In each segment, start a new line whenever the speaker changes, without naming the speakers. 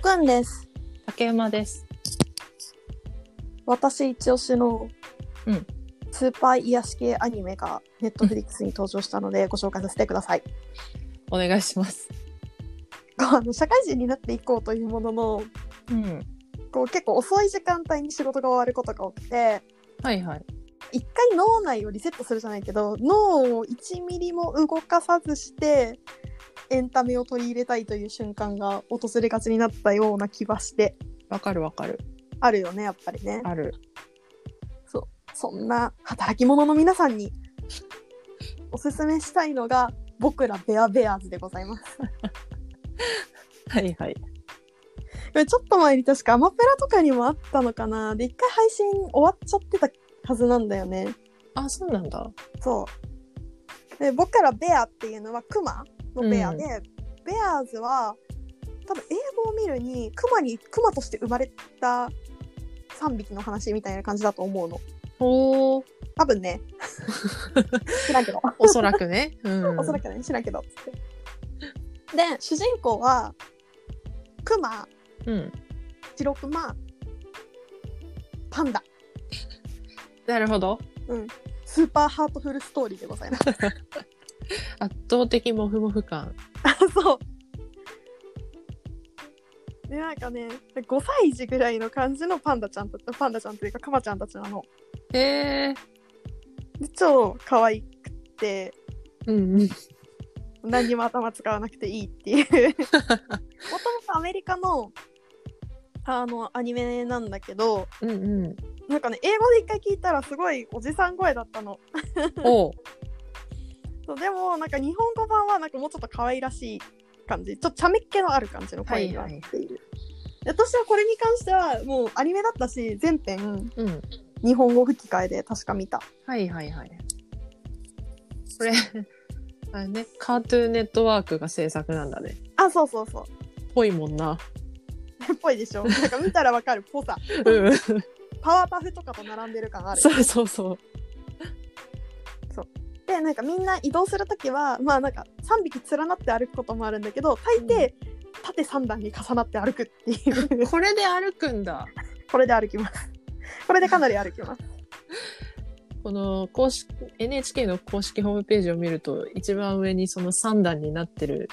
くんです。
竹馬です。
私一押しの、
うん
スーパー癒し系アニメがネットフリックスに登場したのでご紹介させてください。
お願いします。
あの社会人になっていこうというものの
うん。
こう結構遅い時間帯に仕事が終わることが多くて
はいはい。
一回脳内をリセットするじゃないけど脳を1ミリも動かさずしてエンタメを取り入れたいという瞬間が訪れがちになったような気はして
わかるわかる。
あるよねやっぱりね。
ある。
そんな働き者の皆さんにおすすめしたいのが僕らベアベアーズでございます。
はいはい。
これちょっと前に確かアマプラとかにもあったのかな。で、一回配信終わっちゃってたはずなんだよね。
あ、そうなんだ。
そう。で、僕らベアっていうのはクマのベアで、ベアーズは多分英語を見るにクマに、クマとして生まれた3匹の話みたいな感じだと思うの。
おお。
多分 ね。知らんけど。
おそらく ね。うん。
おそら
く。
くね知らんけどっつってで主人公はクマ
うん。
白クマパンダ
なるほど。
スーパーハートフルストーリーでございます
圧倒的モフモフ感。
そうでなんかね5歳児ぐらいの感じのパンダちゃんとパンダちゃんというかクマちゃんたちなの
へえ。
で超可愛くて
うんうん。
何にも頭使わなくていいっていう もともとアメリカのあのアニメなんだけど、
うんうん。
なんかね、英語で一回聞いたらすごいおじさん声だったの。
おう。
そうでも、なんか日本語版はなんかもうちょっと可愛らしい感じ。ちょっとちゃめっ気のある感じの声になっている。で私はこれに関してはもうアニメだったし、全編
うん。
日本語吹き替えで確か見た。
はいはいはい。これ、 あれね、カートゥーンネットワークが制作なんだね。
あ、そうそうそう。
ぽいもんな。
っぽいで しょ。なんか見たらわかるぽさ。
うん。
パワーパフとかと並んでる感ある。
そうそうそう。
で、なんかみんな移動するときは、まあなんか3匹連なって歩くこともあるんだけど、大抵縦3段に重なって歩くっていう。
これで歩くんだ。
これで歩きます。これでかなり歩きます。
この公式 NHK の公式ホームページを見ると一番上にその3段になってる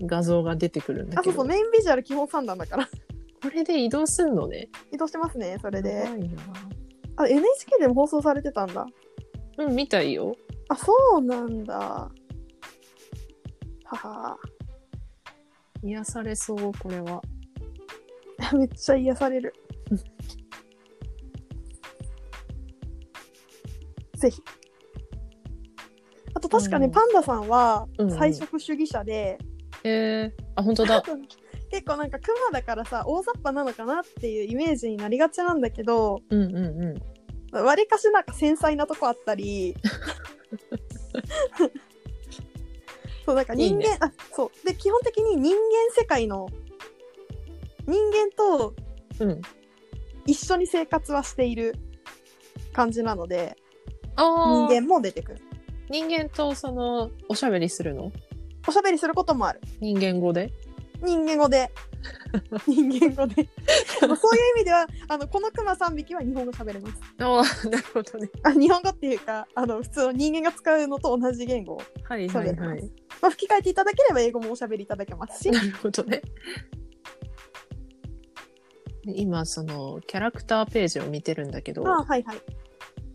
画像が出てくるんだ
あ、そ
け
う
ど
そう、メインビジュアル基本3段だから。
これで移動するのね
移動してますね、それ
や
で
ば。いな
あ、NHK でも放送されてたんだ。
うん見たいよ
あ、そうなんだ。はは。
癒されそうこれは
めっちゃ癒される。 ぜひ。あと確かね、
うん
パンダさんは
うんうん
菜食主義者で、
えー、あ本当 だ
結構なんかクマだからさ大雑把なのかなっていうイメージになりがちなんだけど、
うんうんうん
わりかしなんか繊細なとこあったり そうなんか人間
いいね
あそうで基本的に人間世界の人間と
うん
一緒に生活はしている感じなので人間
あ人間
も出てくる
人間とそのおしゃべりするの
おしゃべりすることもある
人間語で
人間語 で人間語でそういう意味ではあのこのクマ3匹は日本語喋れます
ああ なるほどね
あ日本語っていうかあの普通の人間が使うのと同じ言語を
はい
そ
は
れ
い
で
はい
まあ、吹き替えていただければ英語もおしゃべりいただけますし
なるほどね今そのキャラクターページを見てるんだけど
あはいはい。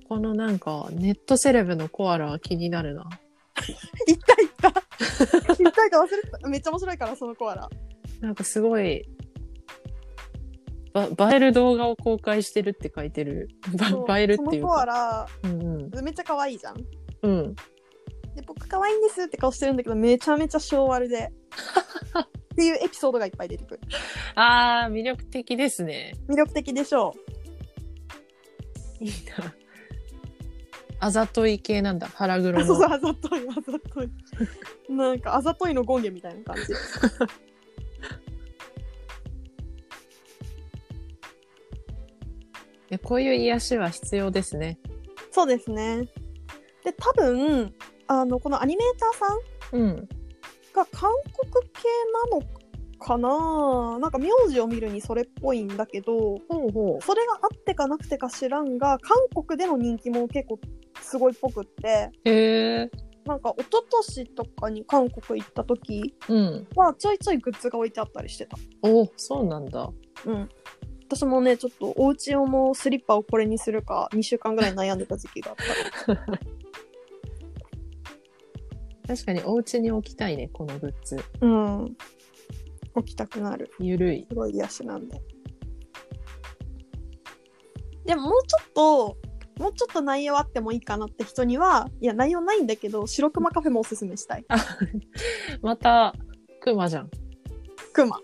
このなんかネットセレブのコアラは気になるな。
行った行った。行ったか忘れてた。めっちゃ面白いから、そのコアラ。
なんかすごい、ば映える動画を公開してるって書いてる。ば映えるっていう
そのコア
か。
ラ、
うん
めっちゃ可愛いじゃん。
うん。うん。
で、僕可愛いんですって顔してるんだけど、めちゃめちゃ性悪で。っていうエピソードがいっぱい出てくる。
あー、魅力的ですね。
魅力的でしょ
いいな。あざとい系なんだ。腹
う。
黒
そうそう、
の。
あざとい、あざとい。なんか、あざといの権限みたいな感じ。
ねこういう癒しは必要ですね。
そうですね。で、多分、あの、このアニメーターさん
うん。
が韓国系なのかなあなんか名字を見るにそれっぽいんだけど
ほうほ
それがあってかなくてか知らんが韓国での人気も結構すごいっぽくって
う。へえ。
なんか一昨年とかに韓国行った時
うん。
はちょいちょいグッズが置いてあったりしてた
おそうなんだ。
うん私もねちょっとお家用のスリッパをこれにするか2週間ぐらい悩んでた時期があった
確かにお家に置きたいね、このグッズ。
うん。起きたくなる。
ゆるい。
すごい癒しなんで。でももうちょっと、もうちょっと内容あってもいいかなって人には、いや、内容ないんだけど、白熊カフェもおすすめしたい。
あ、また、クマじゃん。
熊。こ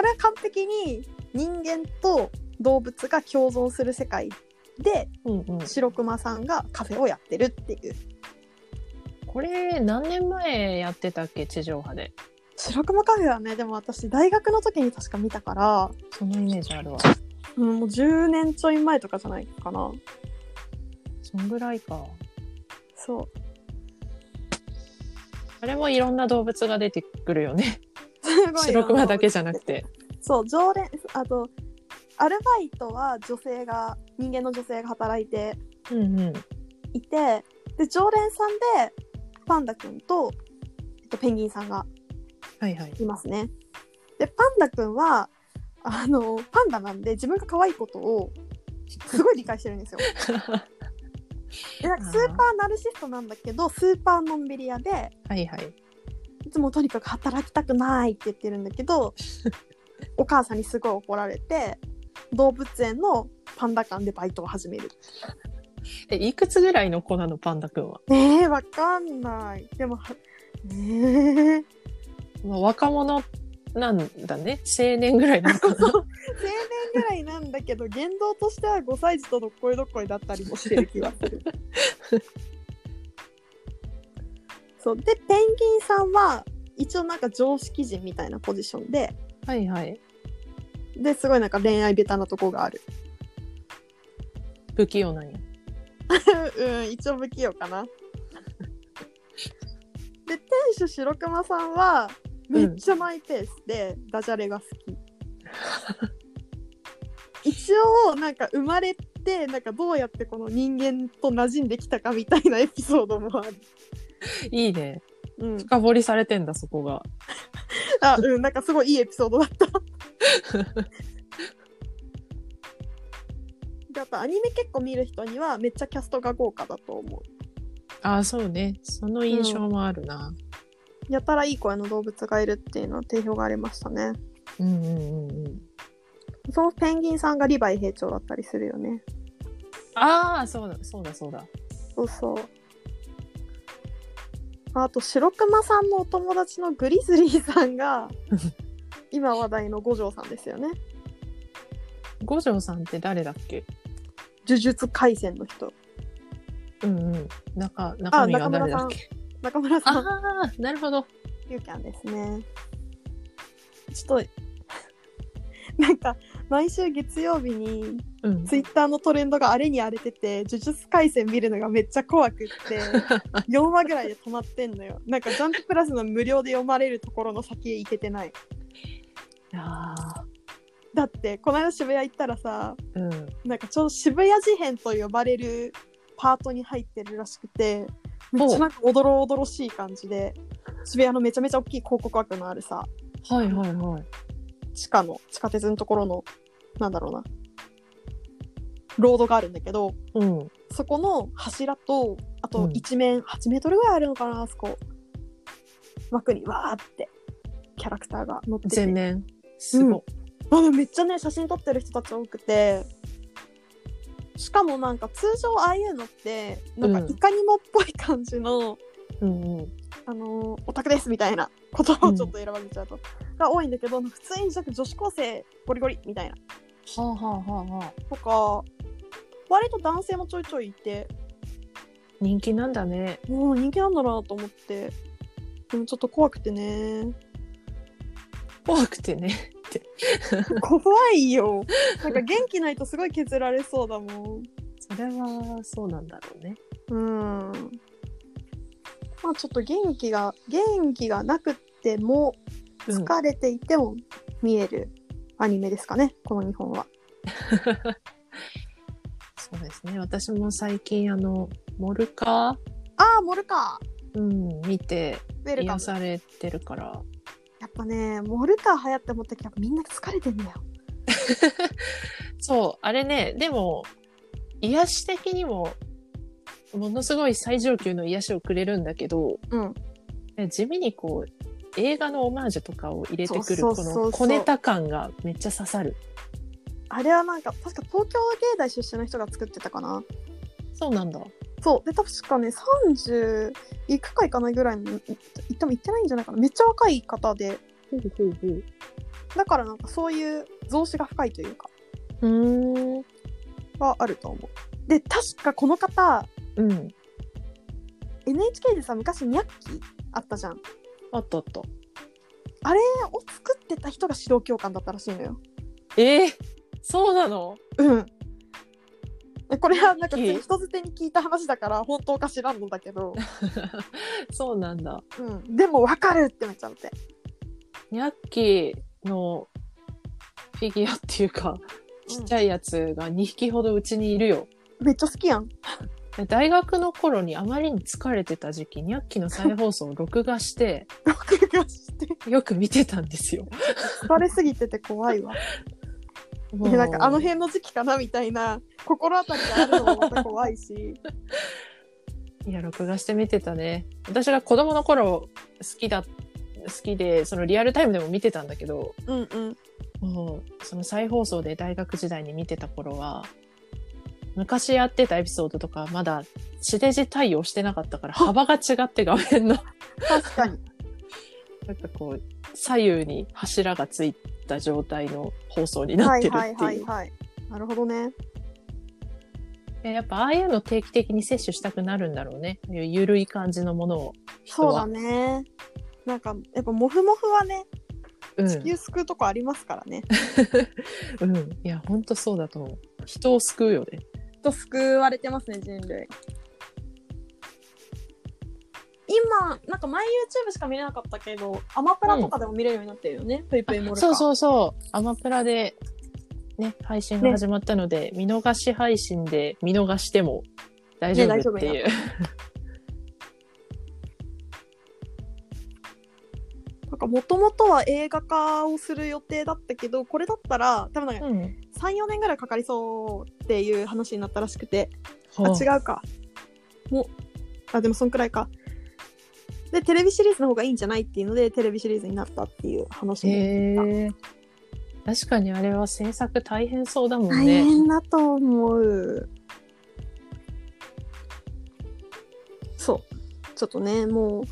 れは完璧に人間と動物が共存する世界で、
うんうん。
白熊さんがカフェをやってるっていう。
これ、何年前やってたっけ、地上波で。
白熊カフェはね、でも私、大学の時に確か見たから、
そのイメージあるわ。
うん、もう10年ちょい前とかじゃないかな。
そんぐらいか。
そう。
あれもいろんな動物が出てくるよね。
すごいよ
白熊だけじゃなくて。
そう常連あとアルバイトは女性が人間の女性が働いて
うんうん。
いてで常連さんでパンダくんと、えっと、ペンギンさんが
はい はい。
いますねでパンダくんはあのパンダなんで自分が可愛いことをすごい理解してるんですよでなんかスーパーナルシストなんだけどスーパーのんびり屋で
はいはい。
いつもとにかく働きたくないって言ってるんだけ どお母さんにすごい怒られて動物園のパンダ館でバイトを始める。
え、いくつぐらいの子なの、パンダくんは。
ねえわかんない。で もはねえ
まあ、若者なんだね。青年ぐらいなのかな。
青年ぐらいなんだけど言動としては5歳児とどっこいどっこいだったりもしてる気がする。 そうでペンギンさんは一応なんか常識人みたいなポジションで
はいはい。
ですごいなんか恋愛ベタなとこがある。
不器用なんや。
うん、一応不器用かな。 で、店主白熊さんは、
うん
めっちゃマイペースで、ダジャレが好 き。一応、なんか生まれて、なんかどうやってこの人間と馴染んできたかみたいなエピソードもある。
いいね。
うん。
深掘りされてんだ、そこが。
あ、うん、なんかすごいいいエピソードだ った。であとアニメ結構見る人にはめっちゃキャストが豪華だと思う。
ああ、そうね。その印象もあるな。
やたらいい声の動物がいるっていうのは定評がありましたね。
うんうんうんうん。
そのペンギンさんがリヴァイ兵長だったりするよね。
ああ、そうだ、そうだ、そうだ。
そうそう。あと、白熊さんのお友達のグリズリーさん が、今話題の五条さんですよね。
五条さんって誰だっけ
呪術廻戦の人。
うんうん。中、中身が誰だっけ
中村
あ
さん、
あー、なるほど。
ゆうきゃんですね。ちょっと、 なんか、毎週月曜日に、
うん。
ツイッターのトレンドがあれに荒れてて呪術廻戦見るのがめっちゃ怖くって4話ぐらいで止まってんのよなんかジャンププラスの無料で読まれるところの先へ行けてない
ああ、
だってこの間渋谷行ったらさ
うん。
なんかちょうど渋谷事変と呼ばれるパートに入ってるらしくてめっちゃなんかおどろおどろしい感じで渋谷のめちゃめちゃ大きい広告枠のあるさ
はいはいはい。
地下の地下鉄のところのなんだろうなロードがあるんだけど
うん。
そこの柱とあ
う
と
ん
一面8メートルぐらいあるのかなあそこ枠にわーってキャラクターが乗ってて
全面。すごい。
あでもめっちゃね写真撮ってる人たち多くてしかもなんか通常ああいうのってなんか
うん
いかにもっぽい感じの、
うんうん。
あのーオタクですみたいな言葉をちょっと選ばれちゃうと、が多いんだけど普通に女子高生ゴリゴリみたいな
はあはあはあはあ。
とか割と男性もちょいちょいいて
人気なんだね。
もう人気なんだなと思ってでもちょっと怖くてね
怖くてね。
怖いよなんか元気ないとすごい削られそうだもん
それはそうなんだろうね。
うんまあちょっと元気が元気がなくっても
うん
疲れていても見えるアニメですかね、この日本は。
そうですね。私も最近、あの、モルカー、
ああ、モルカー
うん、見て、
ウェルカ
癒
ム。
されてるから。
やっぱね、モルカー流行って思ったけど、やっぱみんな疲れてんだよ。
そう、あれね、でも、癒し的にも、ものすごい最上級の癒しをくれるんだけど、
うん。
地味にこう、映画のオマージュとかを入れてくる、
そう
こ
そうそうそう
の小ネタ感がめっちゃ刺さる。
あれはなんか、確か東京芸大出身の人が作ってたかな。
そうなんだ。
そう。で、確かね、30いくかいかないぐらいの、い行っても行ってないんじゃないかな。めっちゃ若い方で、
ほうほうほう。
だからなんかそういう造詞が深いというか、
うーん。
はあると思う。で、確かこの方、
うん。
NHK でさ、昔ニャッキあったじゃん。
あったあった。
を作ってた人が指導教官だったらしいのよ。
えー、そうなの
うん。えこれはなんか
ニャッキ
人づてに聞いた話だから本当か知らんのだけど、
そうなんだ。
うん、でも分かるってめっちゃ思って
ニャッキーのフィギュアっていうか、ちっちゃいやつが2匹ほどうちにいるよ。
めっちゃ好きやん
で大学の頃にあまりに疲れてた時期、ニャッキーの再放送を録画して、
録画して
よく見てたんですよ。
疲れすぎてて怖いわ
もう
でなんかあの辺の時期かなみたいな心当たりがあるのもまた怖いし
いや、録画して見てたね。私が子供の頃好きだ、好きで、そのリアルタイムでも見てたんだけど、
うんうん
もう、その再放送で大学時代に見てた頃は、昔やってたエピソードとか、まだ、地デジ対応してなかったから、幅が違って画面の、
確 かに
なんかこう、左右に柱がついた状態の放送にな
は
って
い
るって。
はいいうはいはいなるほどね
いややっぱ、ああいうの定期的に摂取したくなるんだろうね。ああいうゆるい感じのものを。人
そう
は
だねなんかやっぱモフモフはね
うん。
地球救うとこありますからね、
うん。いや、ほんとそうだと思う。人を救うよね。
と救われてますね人類今なんか前 YouTube しか見れなかったけどアマプラとかでも見れるようになってるよね、ぷいぷいモルカ
そうそうそう。アマプラで、ね、配信が始まったので、見逃し配信で見逃しても大丈
ね大丈
夫
夫
っていう。
なんかもともとは映画化をする予定だったけどこれだったら多分なんか
うん。
34年ぐらいかかりそうっていう話になったらしくて、
ほう
あ違うかもあでもそんくらいかでテレビシリーズの方がいいんじゃないっていうのでテレビシリーズになったっていう話も
へえ。確かにあれは制作大変そうだもん
大
ね。
変だと思う。そう。ちょっとね、もう、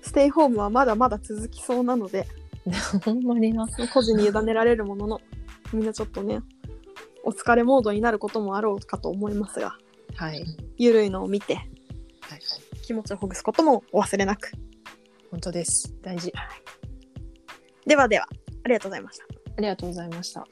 ステイホームはまだまだ続きそうなので、
ほんまにな。
個人に委ねられるものの、みんなちょっとね、お疲れモードになることもあろうかと思いますが、
はい。
ゆるいのを見て、
はい、
気持ちをほぐすこともお忘れなく。
本当です。大事。あ
ではでは、ありがとうございました。
りがとうございました。